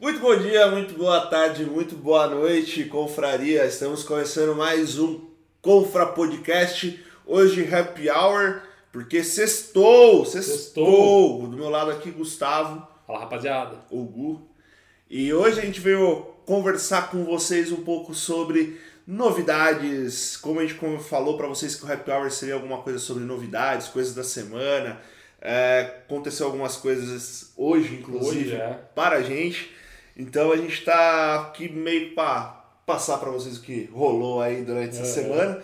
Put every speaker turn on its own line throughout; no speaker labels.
Muito bom dia, muito boa tarde, muito boa noite, confraria. Estamos começando mais um Confra Podcast. Hoje, happy hour, porque sextou, sextou.
Sextou.
Do meu lado aqui, Gustavo,
Fala, rapaziada.
ou Gu. E hoje a gente veio conversar com vocês um pouco sobre novidades. Como a gente como falou para vocês que o happy hour seria alguma coisa sobre novidades, coisas da semana. É, aconteceu algumas coisas hoje, inclusive
Hoje é.
para a gente. Então a gente tá aqui meio para passar para vocês o que rolou aí durante essa
É.
semana.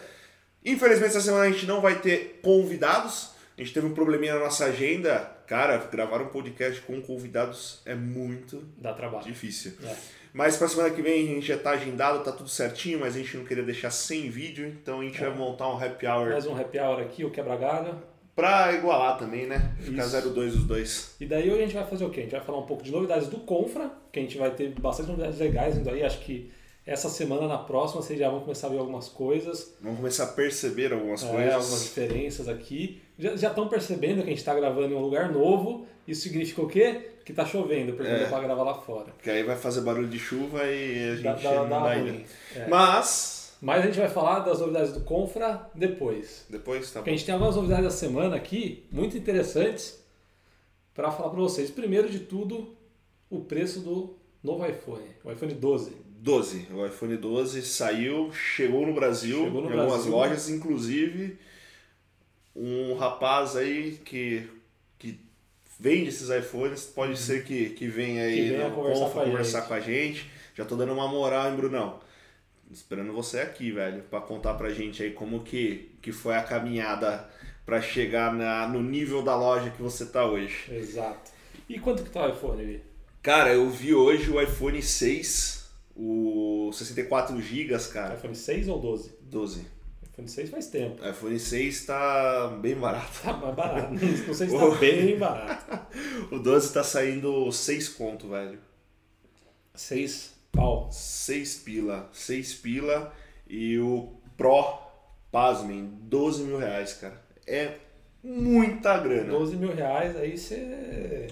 Infelizmente essa semana a gente não vai ter convidados. A gente teve um probleminha na nossa agenda. Cara, gravar um podcast com convidados é muito
Dá trabalho.
difícil.
É.
Mas pra semana que vem a gente já tá agendado, tá tudo certinho, mas a gente não queria deixar sem vídeo, então a gente vai montar um happy hour
Mais um happy hour aqui, o quebra-galho.
pra igualar também, né? Ficar
Isso.
0-2 os dois.
E daí hoje a gente vai fazer o quê? A gente vai falar um pouco de novidades do Confra, que a gente vai ter bastante novidades legais indo aí. Acho que essa semana, na próxima, vocês já vão começar a ver algumas coisas,
Vamos começar a perceber algumas
é,
coisas.
algumas diferenças aqui. Já já estão percebendo que a gente está gravando em um lugar novo. Isso significa o quê? Que tá chovendo, porque não dá pra gravar lá fora.
Que aí vai fazer barulho de chuva e É. a gente
Dá, dá,
não dá,
dá
ainda.
ruim. É.
Mas,
Mas a gente vai falar das novidades do Confra depois.
depois tá
Porque
bom.
a gente tem algumas novidades da semana aqui, muito interessantes, para falar para vocês. Primeiro de tudo, o preço do novo iPhone, o iPhone 12.
12, o iPhone 12 saiu, chegou no Brasil,
Chegou no
em algumas
Brasil.
lojas, inclusive um rapaz aí que, que vende esses iPhones, pode ser que, que venha aí
Uhum. Que venha
no
conversar
Confa
com a
conversar
gente.
com a gente. Já tô dando uma moral, hein, Brunão? Esperando você aqui, velho, para contar pra gente aí como que, que foi a caminhada para chegar na, no nível da loja que você tá hoje.
Exato. E quanto que tá o iPhone ali?
Cara, eu vi hoje o iPhone 6, o 64 GB, cara,
iPhone 6 ou 12?
12.
iPhone 6 faz tempo.
O iPhone 6 tá bem barato.
Tá mais barato. Não sei se
Oh.
tá bem barato.
O 12 tá saindo 6 conto, velho.
6 pau.
6 pila, 6 pila e o Pro, pasmem, 12 mil reais, cara. É muita grana.
12 mil reais, aí você.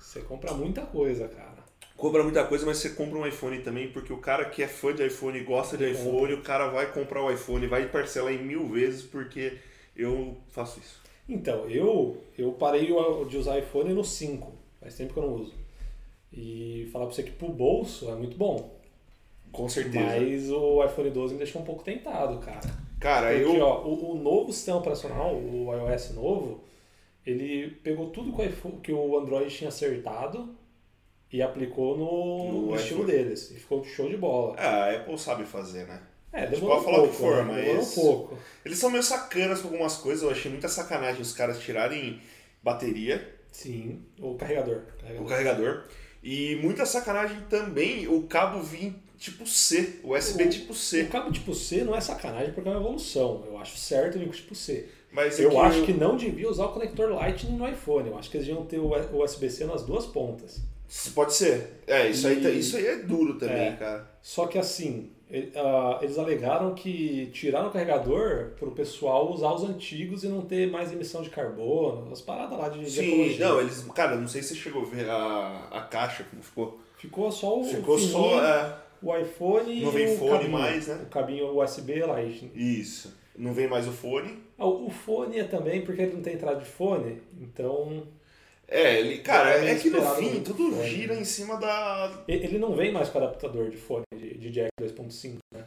Você compra muita coisa, cara.
Compra muita coisa, mas você compra um iPhone também, porque o cara que é fã de iPhone, gosta de iPhone, o cara vai comprar o iPhone, vai parcelar em mil vezes, porque eu faço isso.
Então, eu, eu parei o- de usar iPhone no 5. Faz tempo que eu não uso. E falar pra você que pro bolso é muito bom.
Com certeza.
Mas o iPhone 12 me deixou um pouco tentado, cara.
Cara,
Porque,
eu.
ó, o, o novo sistema operacional, o iOS novo, ele pegou tudo que o, iPhone, que o Android tinha acertado e aplicou no,
No
no estilo
iPhone.
deles. E ficou show de bola.
Ah, a Apple sabe fazer, né?
É,
gente
demorou um
pode falar o
pouco.
que for,
né?
mas-
Demorou um pouco.
Eles são meio sacanas com algumas coisas, eu achei muita sacanagem os caras tirarem bateria,
Sim, o carregador.
o
carregador.
carregador, e muita sacanagem também o cabo vir tipo C, USB
O-
tipo
O
C.
cabo tipo C não é sacanagem porque é uma evolução. Eu acho certo vir com tipo C.
Mas é
eu acho que não devia usar o conector Lightning no iPhone. Eu acho que eles deviam ter o USB-C nas duas pontas.
Pode ser. É, isso, aí, tá-
E-
isso aí é duro também, cara.
Só que assim, ele- ah, eles alegaram que tiraram o carregador para o pessoal usar os antigos e não ter mais emissão de carbono, as paradas lá de, de
Sim,
ecologia.
não, eles. Cara, não sei se você chegou a ver a, a caixa como ficou.
Ficou só o
Ficou
fininho,
só. é,
o iPhone
Não
e
vem
o
fone
cabinho,
mais, né?
o cabinho USB Lightning.
isso. Não vem mais o fone.
Ah, o o fone é também porque ele não tem entrada de fone, então
É, ele. Cara,
Eu
é que no
esperava
fim
muito
tudo
fone. né?
gira em cima da,
E- Ele não vem mais com adaptador de fone de, de jack 2.5, né?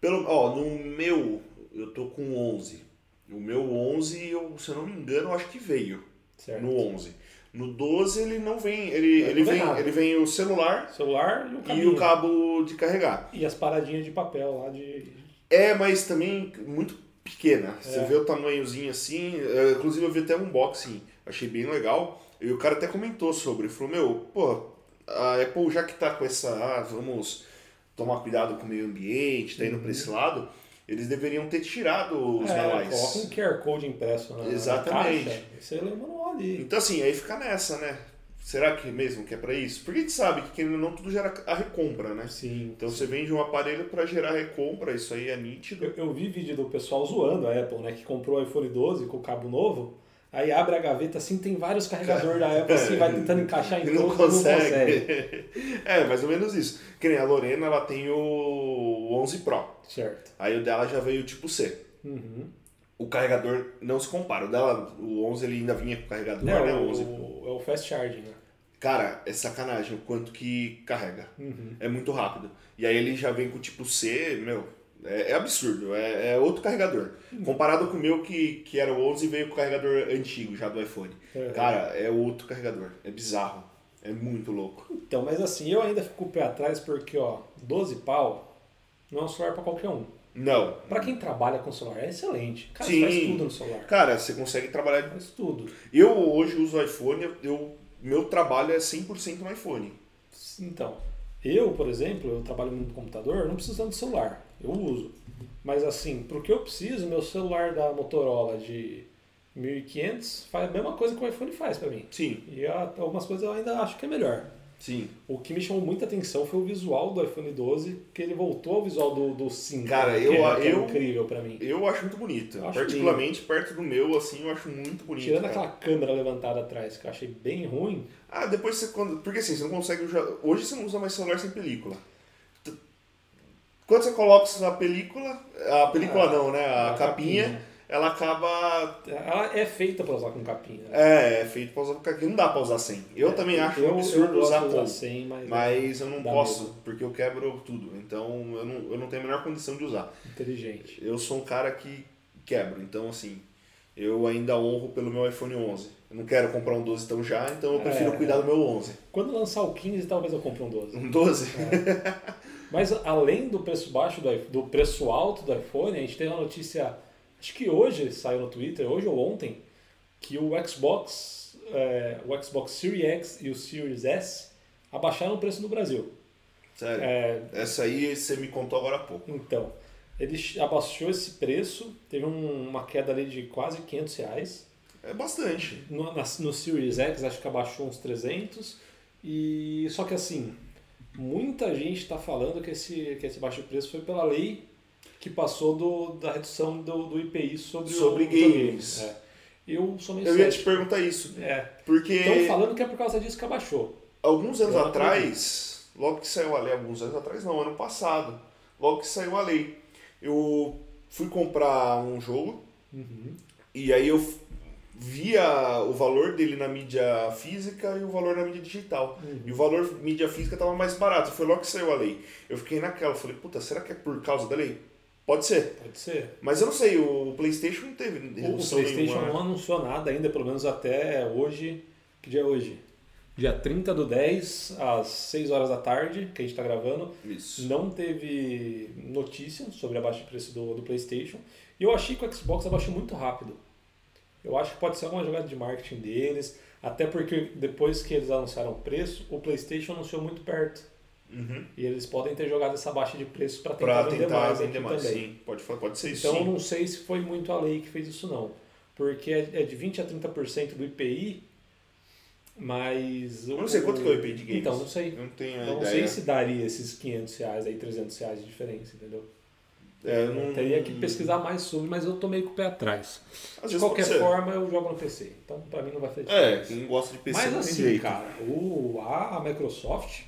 Pelo, ó, no meu, eu tô com 11. O meu 11, eu, se eu não me engano, eu acho que veio
Certo?
no 11. No 12 ele não vem, ele,
Não
ele,
vem
vem,
nada.
ele vem o celular
Celular e
e
o
o
cabinho.
cabo de carregar.
E as paradinhas de papel lá de...
É, mas também muito pequena. Você
É.
vê o tamanhozinho assim, é, inclusive eu vi até um unboxing, achei bem legal. E o cara até comentou sobre, falou, meu, pô, a Apple já que tá com essa, ah, vamos tomar cuidado com o meio ambiente, tá indo pra esse lado, eles deveriam ter tirado os
Uhum. é,
manuais.
coloca um QR Code impresso na,
Exatamente.
na caixa. Você lê o manual ali.
Então assim, aí fica nessa, né? Será que mesmo que é pra isso? Porque a gente sabe que querendo ou não tudo gera a recompra, né?
Sim.
Então você vende um aparelho pra gerar recompra, isso aí é nítido.
Eu, eu vi vídeo do pessoal zoando a Apple, né? Que comprou o iPhone 12 com o cabo novo. Aí abre a gaveta assim, tem vários carregadores da Apple, assim, vai tentando encaixar em
Ele Então não
todos, não
consegue.
consegue.
é, mais ou menos isso. Que nem a Lorena, ela tem o 11 Pro.
Certo.
Aí o dela já veio tipo C.
Uhum.
O carregador não se compara. O dela, o 11, ele ainda vinha com carregador,
Não,
né?
é
O 11.
o, é o fast charging, né?
Cara, é sacanagem o quanto que carrega.
Uhum.
É muito rápido. E aí ele já vem com tipo C, meu, é, é absurdo. É, é outro carregador. Comparado com o meu que, que era o 11 e veio com o carregador antigo já do iPhone.
É.
Cara, é outro carregador. É bizarro. É muito louco.
Então, mas assim, eu ainda fico com o pé atrás porque, ó, 12 pau não é um celular pra qualquer um.
Não.
Pra quem trabalha com celular é excelente. Cara,
Sim.
faz tudo no celular.
Cara, você consegue trabalhar.
Faz tudo.
Eu hoje uso iPhone, eu, meu trabalho é 100% no iPhone.
Então, eu, por exemplo, eu trabalho muito no computador, eu não preciso tanto de celular. Eu uso. Mas assim, pro que eu preciso, meu celular da Motorola de 1500 faz a mesma coisa que o iPhone faz pra mim.
Sim,
E ah, algumas coisas eu ainda acho que é melhor.
sim.
O que me chamou muita atenção foi o visual do iPhone 12, que ele voltou ao visual do, do 5.
Cara,
que
eu-
era- que era
eu-
incrível pra mim.
Eu acho muito bonito.
Eu acho
Particularmente perto do meu, assim, eu acho muito bonito.
Tirando
cara.
aquela câmera levantada atrás, que eu achei bem ruim.
Ah, depois você quando. Porque assim, você não consegue. já- Hoje você não usa mais celular sem película. T- Quando você coloca isso na película. A película
Ah,
não, né? A,
a
capinha,
capinha.
ela acaba.
Ela é feita pra usar com capinha. né?
É, é feito pra usar porque não dá pra usar sem. Eu também acho um absurdo
É, eu gosto
usar
de
pouco.
sem, mas,
Mas eu não
Dá
posso, porque eu quebro tudo. Então eu não, eu não tenho a menor condição de usar.
é inteligente.
Eu sou um cara que quebro, então assim. Eu ainda honro pelo meu iPhone 11. Eu não quero comprar um 12 tão já, então eu prefiro
É.
cuidar do meu 11.
Quando lançar o 15, talvez eu compre um 12.
Um 12?
É. Mas além do preço baixo do, i- do preço alto do iPhone, a gente tem uma notícia, acho que hoje saiu no Twitter, hoje ou ontem, que o Xbox, é, o Xbox Series X e o Series S abaixaram o preço no Brasil.
Sério.
É,
Essa aí você me contou agora há pouco.
Então, ele ch- abaixou esse preço, teve um- uma queda ali de quase 500 reais.
É bastante.
No, na- no Series X acho que abaixou uns 300. E, só que assim, muita gente está falando que esse, que esse baixo preço foi pela lei que passou do, da redução do, do IPI sobre, o-
Sobre
o
games.
É. Eu sou meio
Eu ia te
cético.
perguntar isso,
É.
porque
Estão falando que é por causa disso que abaixou.
alguns anos
Eu não
atrás, logo que saiu a lei, alguns anos atrás não, ano passado, logo que saiu a lei, eu fui comprar um jogo
Uhum,
e aí eu f- via o valor dele na mídia física e o valor na mídia digital.
Uhum.
E o valor mídia física tava mais barato, foi logo que saiu a lei. Eu fiquei naquela, falei, puta, será que é por causa da lei? Pode ser.
Pode ser.
Mas eu não sei, o PlayStation não teve
O
redução
PlayStation
nenhuma. né?
não anunciou nada ainda, pelo menos até hoje. Que dia é hoje? Dia 30 do 10, às 6 horas da tarde, que a gente está gravando.
Isso.
Não teve notícia sobre a baixa de preço do, do PlayStation. E eu achei que o Xbox abaixou muito rápido. Eu acho que pode ser alguma jogada de marketing deles. Até porque depois que eles anunciaram o preço, o PlayStation anunciou muito perto.
Uhum.
E eles podem ter jogado essa baixa de preço para tentar,
Pra
vender
tentar
mais, aqui
vender mais.
também.
Sim, pode, fa- pode ser isso.
Então eu
sim.
não sei se foi muito a lei que fez isso não, porque é é de 20 a 30% do IPI, mas...
Eu não sei quanto que é o IPI de games.
Então, não sei.
Eu não tenho
Eu não sei
ideia.
se daria esses 500 reais aí, 300 reais de diferença, entendeu?
É, eu não-
Teria que pesquisar mais sobre, mas eu tô meio com o pé atrás.
Às
de
vezes
qualquer
pode ser.
forma, eu jogo no PC, então pra mim não vai fazer
É,
diferença.
quem gosta de PC
mas
não tem
assim,
jeito.
cara, o, a, a Microsoft,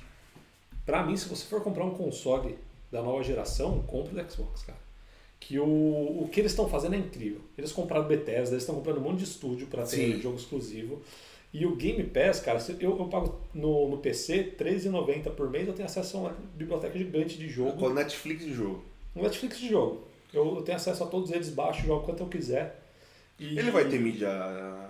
pra mim, se você for comprar um console da nova geração, compra do Xbox, cara. Que o, o que eles estão fazendo é incrível. Eles compraram Bethesda, eles estão comprando um monte de estúdio pra ter
Sim.
jogo exclusivo. E o Game Pass, cara, se- eu, eu pago no, no PC R$13,90 por mês, eu tenho acesso a uma biblioteca gigante de jogo.
Com Netflix de jogo.
Um Netflix de jogo. Eu, eu tenho acesso a todos eles, baixo, jogo quanto eu quiser. E-
Ele vai ter mídia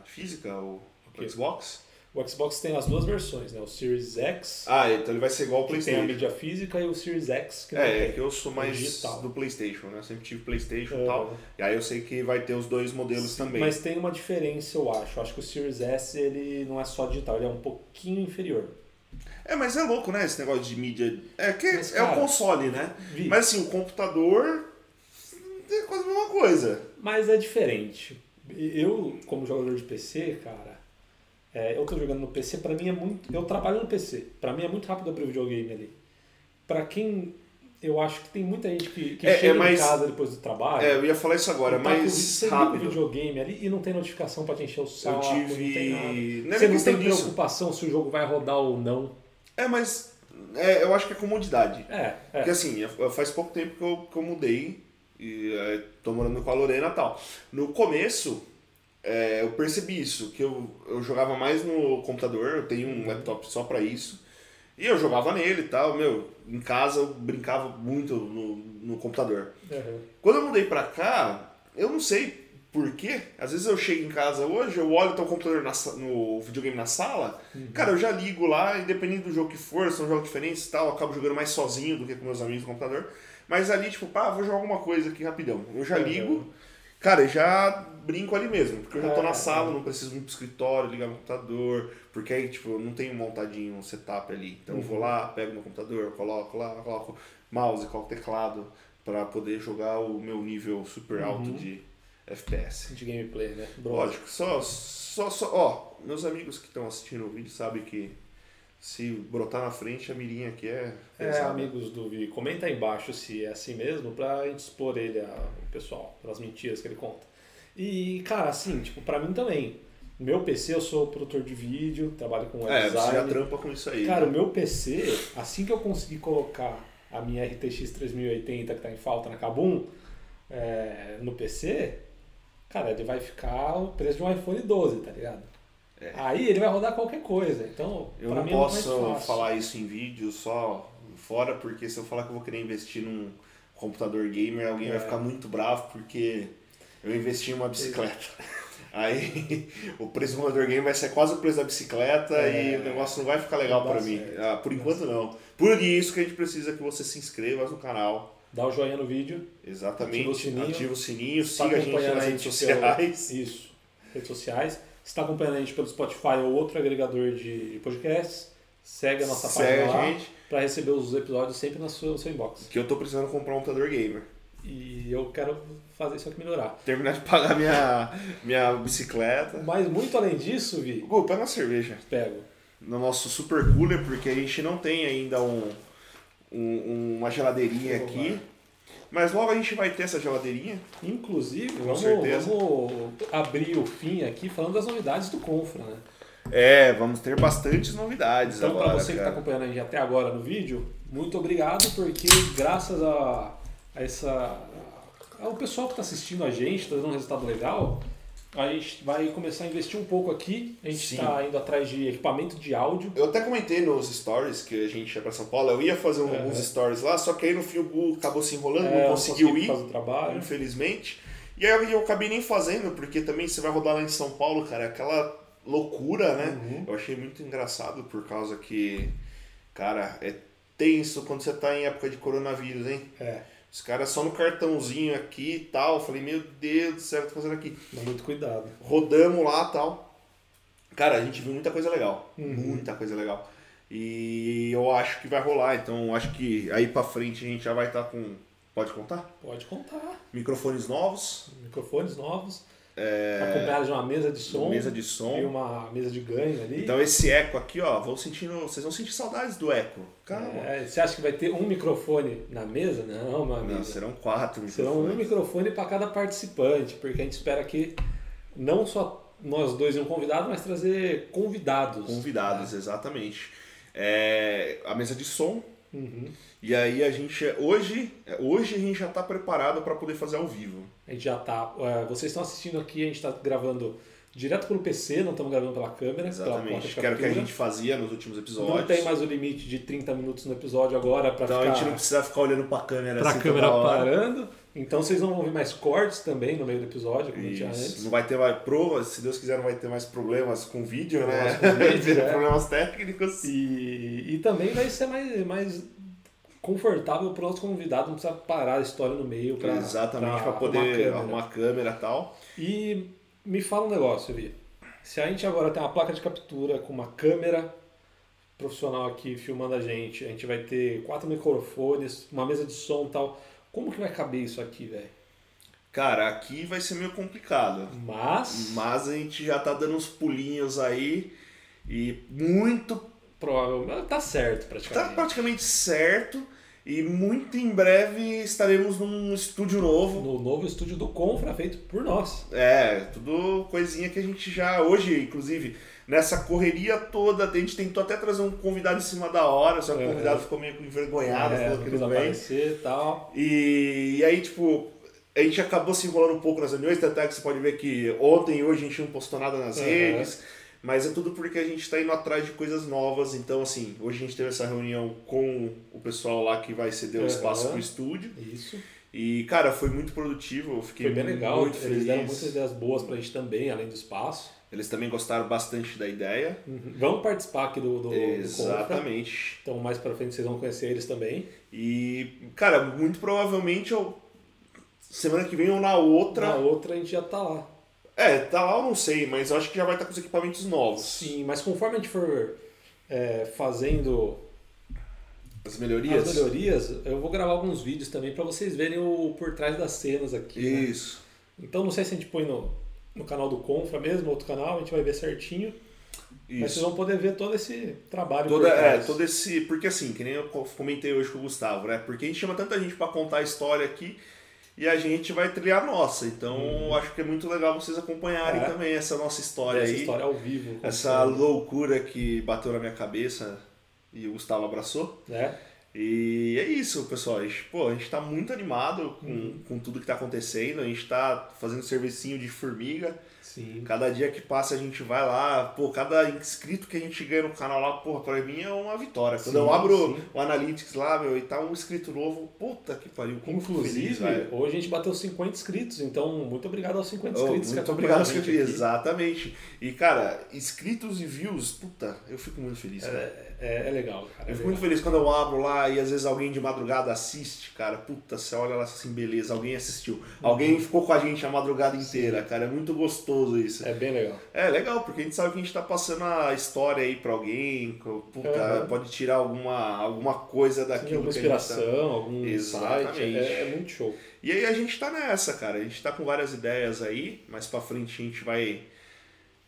física, o
quê?
Xbox?
O Xbox tem as duas versões, né? O Series X
Ah, então ele vai ser igual ao
que tem a
PlayStation.
mídia física e o Series X que não
É, é
tem.
que eu sou mais
Digital.
do PlayStation, né? Eu sempre tive PlayStation e
É.
tal. E aí eu sei que vai ter os dois modelos também.
Mas tem uma diferença, eu acho. Eu acho que o Series S ele não é só digital, ele é um pouquinho inferior.
É, mas é louco, né? Esse negócio de mídia. É que
Mas,
é
cara,
o console, né?
Vi.
Mas assim, o computador é quase a mesma coisa.
Mas é diferente. Eu, como jogador de PC, cara, é, eu tô jogando no PC, pra mim é muito. Eu trabalho no PC. Pra mim é muito rápido abrir o videogame ali. Pra quem eu acho que tem muita gente que, que
É, é
chega
mais-
em casa depois do trabalho.
É, eu ia falar isso agora,
tá com-
mas
você liga o
rápido.
videogame ali e não tem notificação pra te encher o
Eu
saco, não tem nada.
tive. Não é
você
nem
não
questão
tem
disso.
preocupação se o jogo vai rodar ou não.
É, mas é, eu acho que é comodidade.
É,
Porque
é.
assim, eu- faz pouco tempo que eu, que eu mudei e é, tô morando com a Lorena e tal. No começo, é, eu percebi isso, que eu, eu jogava mais no computador, eu tenho um laptop só pra isso. E eu jogava nele e tal, meu, em casa eu brincava muito no, no computador.
Uhum.
Quando eu mudei pra cá, eu não sei porquê. Às vezes eu chego em casa hoje, eu olho tá o computador na sa- no videogame na sala, cara, eu já ligo lá, independente do jogo que for, são jogos diferentes e tal, eu acabo jogando mais sozinho do que com meus amigos no computador. Mas ali, tipo, pá, vou jogar alguma coisa aqui rapidão. Eu já
Uhum.
ligo, cara, eu já brinco ali mesmo, porque eu já tô
É,
na
é.
sala, não preciso ir pro escritório, ligar meu computador, porque aí, tipo, eu não tenho montadinho um setup ali. Então eu vou lá, pego meu computador, coloco lá, coloco mouse, coloco teclado, pra poder jogar o meu nível super
Uhum.
alto de FPS.
De gameplay, né? Bro.
Lógico, só, só, só, ó, meus amigos que estão assistindo o vídeo sabem que se brotar na frente, a mirinha aqui é
É, amigos do Vi, comenta aí embaixo se é assim mesmo pra gente expor ele, a, o pessoal, pelas mentiras que ele conta. E, cara, assim, tipo, pra mim também. Meu PC, eu sou produtor de vídeo, trabalho com web
É, você já
design.
trampa com isso aí.
Cara,
né?
o meu PC, assim que eu conseguir colocar a minha RTX 3080 que tá em falta na Kabum é, no PC, cara, ele vai ficar o preço de um iPhone 12, tá ligado?
É.
Aí ele vai rodar qualquer coisa. Então,
eu
pra
não
mim
posso
é muito mais fácil.
falar isso em vídeo só fora, porque se eu falar que eu vou querer investir num computador gamer, alguém vai
É.
ficar muito bravo porque eu investi em uma bicicleta. Aí o preço do computador gamer vai ser quase o preço da bicicleta
É.
e o negócio não vai ficar legal
Não dá
pra mim.
certo.
Ah, por enquanto não. Por isso que a gente precisa que você se inscreva no canal.
Dá o joinha no vídeo.
Exatamente.
Ativa o sininho.
Ativa o sininho,
Tá
siga a gente
acompanhando
nas
a
redes
gente
sociais.
pelo- isso. Redes sociais. Se tá acompanhando a gente pelo Spotify ou outro agregador de de podcasts, segue a nossa
Segue
página
a
lá
gente.
pra receber os episódios sempre na sua- no seu inbox.
Que eu tô precisando comprar um computador gamer.
E eu quero fazer isso aqui melhorar.
Terminar de pagar minha, minha bicicleta.
Mas muito além disso, Vi,
Gu, pega uma cerveja.
pego.
No nosso super cooler, porque a gente não tem ainda um, um- uma geladeirinha
Vou
aqui.
lá.
Mas logo a gente vai ter essa geladeirinha.
Inclusive, vamos,
certeza.
vamos abrir o fim aqui falando das novidades do Confra, né?
É, vamos ter bastantes novidades
Então,
agora.
pra você que está
cara.
acompanhando a gente até agora no vídeo, muito obrigado, porque graças a, a essa. ao pessoal que está assistindo a gente, está dando um resultado legal, a gente vai começar a investir um pouco aqui. A gente
Sim.
está indo atrás de equipamento de áudio.
Eu até comentei nos stories que a gente ia pra São Paulo. Eu ia fazer um-
É.
uns stories lá, só que aí no fim o Gu acabou se enrolando,
É,
não conseguiu
consegui
ir.
por causa do trabalho.
Ah, infelizmente. E aí eu acabei nem fazendo, porque também você vai rodar lá em São Paulo, cara, é aquela loucura, né?
Uhum.
Eu achei muito engraçado por causa que, cara, é tenso quando você tá em época de coronavírus, hein?
É,
Os caras só no cartãozinho aqui e tal. Eu falei, meu Deus do céu, o que eu tô fazendo aqui?
dá muito cuidado.
Rodamos lá e tal. Cara, a gente viu muita coisa legal. Muita coisa legal. E eu acho que vai rolar, então eu acho que aí pra frente a gente já vai estar com. Pode contar?
Pode contar.
Microfones novos.
Microfones novos, acompanhado de uma mesa de som.
mesa É, de
Tem
som.
uma mesa de ganho ali.
Então esse eco aqui, ó, vão sentindo, vocês vão sentir saudades do eco. Calma.
É, você acha que vai ter um microfone na mesa? Não, meu amigo.
Não, é serão quatro
Serão um
microfones.
microfone para cada participante, porque a gente espera que não só nós dois e um convidado, mas trazer convidados.
Convidados, exatamente. É, a mesa de som.
Uhum.
E aí a gente é, hoje, hoje a gente já tá preparado para poder fazer ao vivo.
A gente já tá. é, vocês estão assistindo aqui, a gente está gravando direto pelo PC, não estamos gravando pela câmera. Pela placa
Exatamente.
de
Que era o que a
captura.
gente fazia nos últimos episódios.
Não tem mais o limite de 30 minutos no episódio agora para
Então a
ficar.
gente não precisa ficar olhando pra câmera
Pra
assim
câmera
toda hora.
parando. Então vocês não vão ver mais cortes também no meio do episódio, como tinha
Isso.
antes.
Não vai ter mais provas, se Deus quiser, não vai ter mais problemas com vídeo, né?
Problemas com vídeo, é.
problemas técnicos.
E, e também vai ser mais, mais confortável para o nosso convidado, não precisa parar a história no meio para
Exatamente, para poder arrumar a câmera e tal.
E me fala um negócio, Vi. Se a gente agora tem uma placa de captura com uma câmera profissional aqui filmando a gente, a gente vai ter quatro microfones, uma mesa de som e tal. Como que vai caber isso aqui, velho?
Cara, aqui vai ser meio complicado.
Mas,
Mas a gente já tá dando uns pulinhos aí. E muito.
provavelmente tá certo
Tá
praticamente.
praticamente certo. E muito em breve estaremos num estúdio novo.
No novo estúdio do Confra, feito por nós.
É, tudo coisinha que a gente já. Hoje, inclusive, nessa correria toda, a gente tentou até trazer um convidado em cima da hora, só que o
É.
convidado ficou meio envergonhado,
É,
falou
não
que
quis
não vem.
aparecer e tal.
E, e aí, tipo, a gente acabou se enrolando um pouco nas reuniões, até que você pode ver que ontem e hoje a gente não postou nada nas
Uhum.
redes, mas é tudo porque a gente tá indo atrás de coisas novas. Então, assim, hoje a gente teve essa reunião com o pessoal lá que vai ceder o
Uhum.
espaço pro estúdio.
Isso.
E, cara, foi muito produtivo, eu fiquei
Foi bem legal.
muito
Eles
feliz.
deram muitas ideias boas pra gente também, além do espaço. Uhum.
Eles também gostaram bastante da ideia.
Vamos participar aqui do, do, do Confra.
Exatamente.
Então, mais pra frente vocês vão conhecer eles também.
E, cara, muito provavelmente eu, semana que vem ou na outra.
Na outra a gente já tá lá.
É, tá lá eu não sei, mas eu acho que já vai estar com os equipamentos novos.
Sim, mas conforme a gente for é, fazendo
As melhorias.
as melhorias, né? eu vou gravar alguns vídeos também pra vocês verem o por trás das cenas aqui. né?
Isso.
Então não sei se a gente põe no, no canal do Confra mesmo, outro canal, a gente vai ver certinho. Mas vocês
Isso.
vão poder ver todo esse trabalho.
Toda,
por
é,
trás.
todo esse. Porque assim, que nem eu co- comentei hoje com o Gustavo, né? Porque a gente chama tanta gente pra contar a história aqui e a gente vai trilhar a nossa. Então eu acho que é muito legal vocês acompanharem
Uhum. É.
também essa nossa história
essa
aí.
história ao vivo.
Essa loucura que bateu na minha cabeça e o Gustavo abraçou.
Né?
E é isso, pessoal. A gente, pô, a gente tá muito animado com,
Uhum.
com tudo que tá acontecendo. A gente tá fazendo servicinho de formiga.
Sim.
Cada dia que passa a gente vai lá. Pô, cada inscrito que a gente ganha no canal lá, porra, pra mim é uma vitória. Quando
Sim,
eu abro
sim.
o Analytics lá, meu, e tá um inscrito novo, puta que pariu. Como eu fico
Inclusive,
feliz, velho.
hoje a gente bateu 50 inscritos, então muito obrigado aos 50
Oh,
inscritos que
muito obrigado,
acompanharam a gente
inscrito.
aqui.
Exatamente. E, cara, inscritos e views, puta, eu fico muito feliz, cara.
É, é legal, cara. é
Eu fico
legal.
muito feliz quando eu abro lá e às vezes alguém de madrugada assiste, cara. Puta, você olha lá assim, beleza, alguém
Uhum.
assistiu. Alguém ficou com a gente a madrugada inteira, cara. É muito gostoso isso.
É bem legal.
É legal, porque a gente sabe que a gente tá passando a história aí pra alguém. que, Puta,
Uhum.
pode tirar alguma, alguma coisa
Tem
daquilo
alguma
que a gente tá.
inspiração, algum
Exatamente.
site. É, é muito show.
E aí a gente tá nessa, cara. A gente tá com várias ideias aí, mais pra frente a gente vai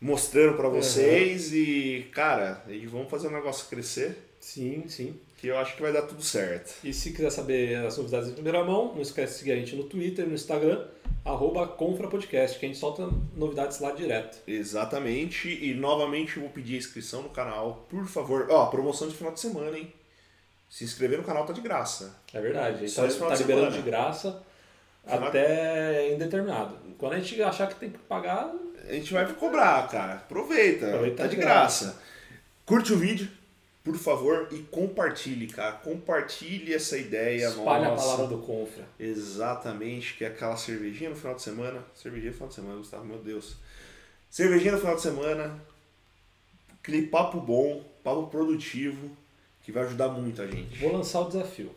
mostrando pra vocês e, cara, e vamos fazer o negócio crescer,
Sim, sim.
que eu acho que vai dar tudo certo.
E se quiser saber as novidades em primeira mão, não esquece de seguir a gente no Twitter, no Instagram, arroba ConfraPodcast, que a gente solta novidades lá direto.
Exatamente, e novamente eu vou pedir a inscrição no canal, por favor. Ó, promoção de final de semana, hein? Se inscrever no canal tá de graça.
É verdade, a gente
Só
tá,
esse final
tá
de
liberando
semana. né?
de graça
Final-
até indeterminado. Quando a gente achar que tem que pagar,
A gente vai cobrar, cara. Aproveita,
Aproveita
tá de
de
graça. Curte o vídeo, por favor, e compartilhe, cara. Compartilhe essa ideia
espalha
nossa.
a palavra do Confra.
Exatamente, que é aquela cervejinha no final de semana. Cervejinha no final de semana, Gustavo, meu Deus. Cervejinha no final de semana. Aquele papo bom, papo produtivo, que vai ajudar muito a gente.
Vou lançar o desafio.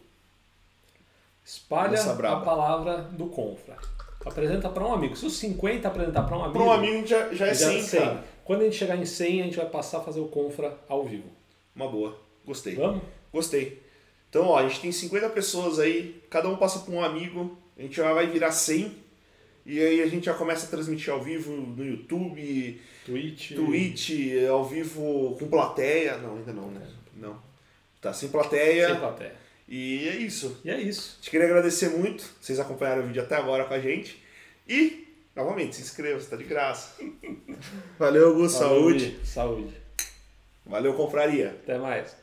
Espalha
Lança braba.
a palavra do Confra. Apresenta para um amigo. Se os 50 apresentar para um amigo,
Pra um amigo a gente já, já é
já
100,
100.
cara.
Quando a gente chegar em 100, a gente vai passar a fazer o Confra ao vivo.
Uma boa. Gostei.
Vamos?
Gostei. Então, ó, a gente tem 50 pessoas aí, cada um passa pra um amigo, a gente já vai virar 100. E aí a gente já começa a transmitir ao vivo no YouTube,
Twitch.
Twitch, ao vivo com plateia. Não, ainda não, né? Não. Tá sem plateia.
Sem plateia.
E é isso.
E é isso.
A gente queria agradecer muito, vocês acompanharam o vídeo até agora com a gente. E, novamente, se inscreva, está de graça. Valeu, Gus,
Falou,
saúde.
Gui. Saúde.
Valeu, confraria.
Até mais.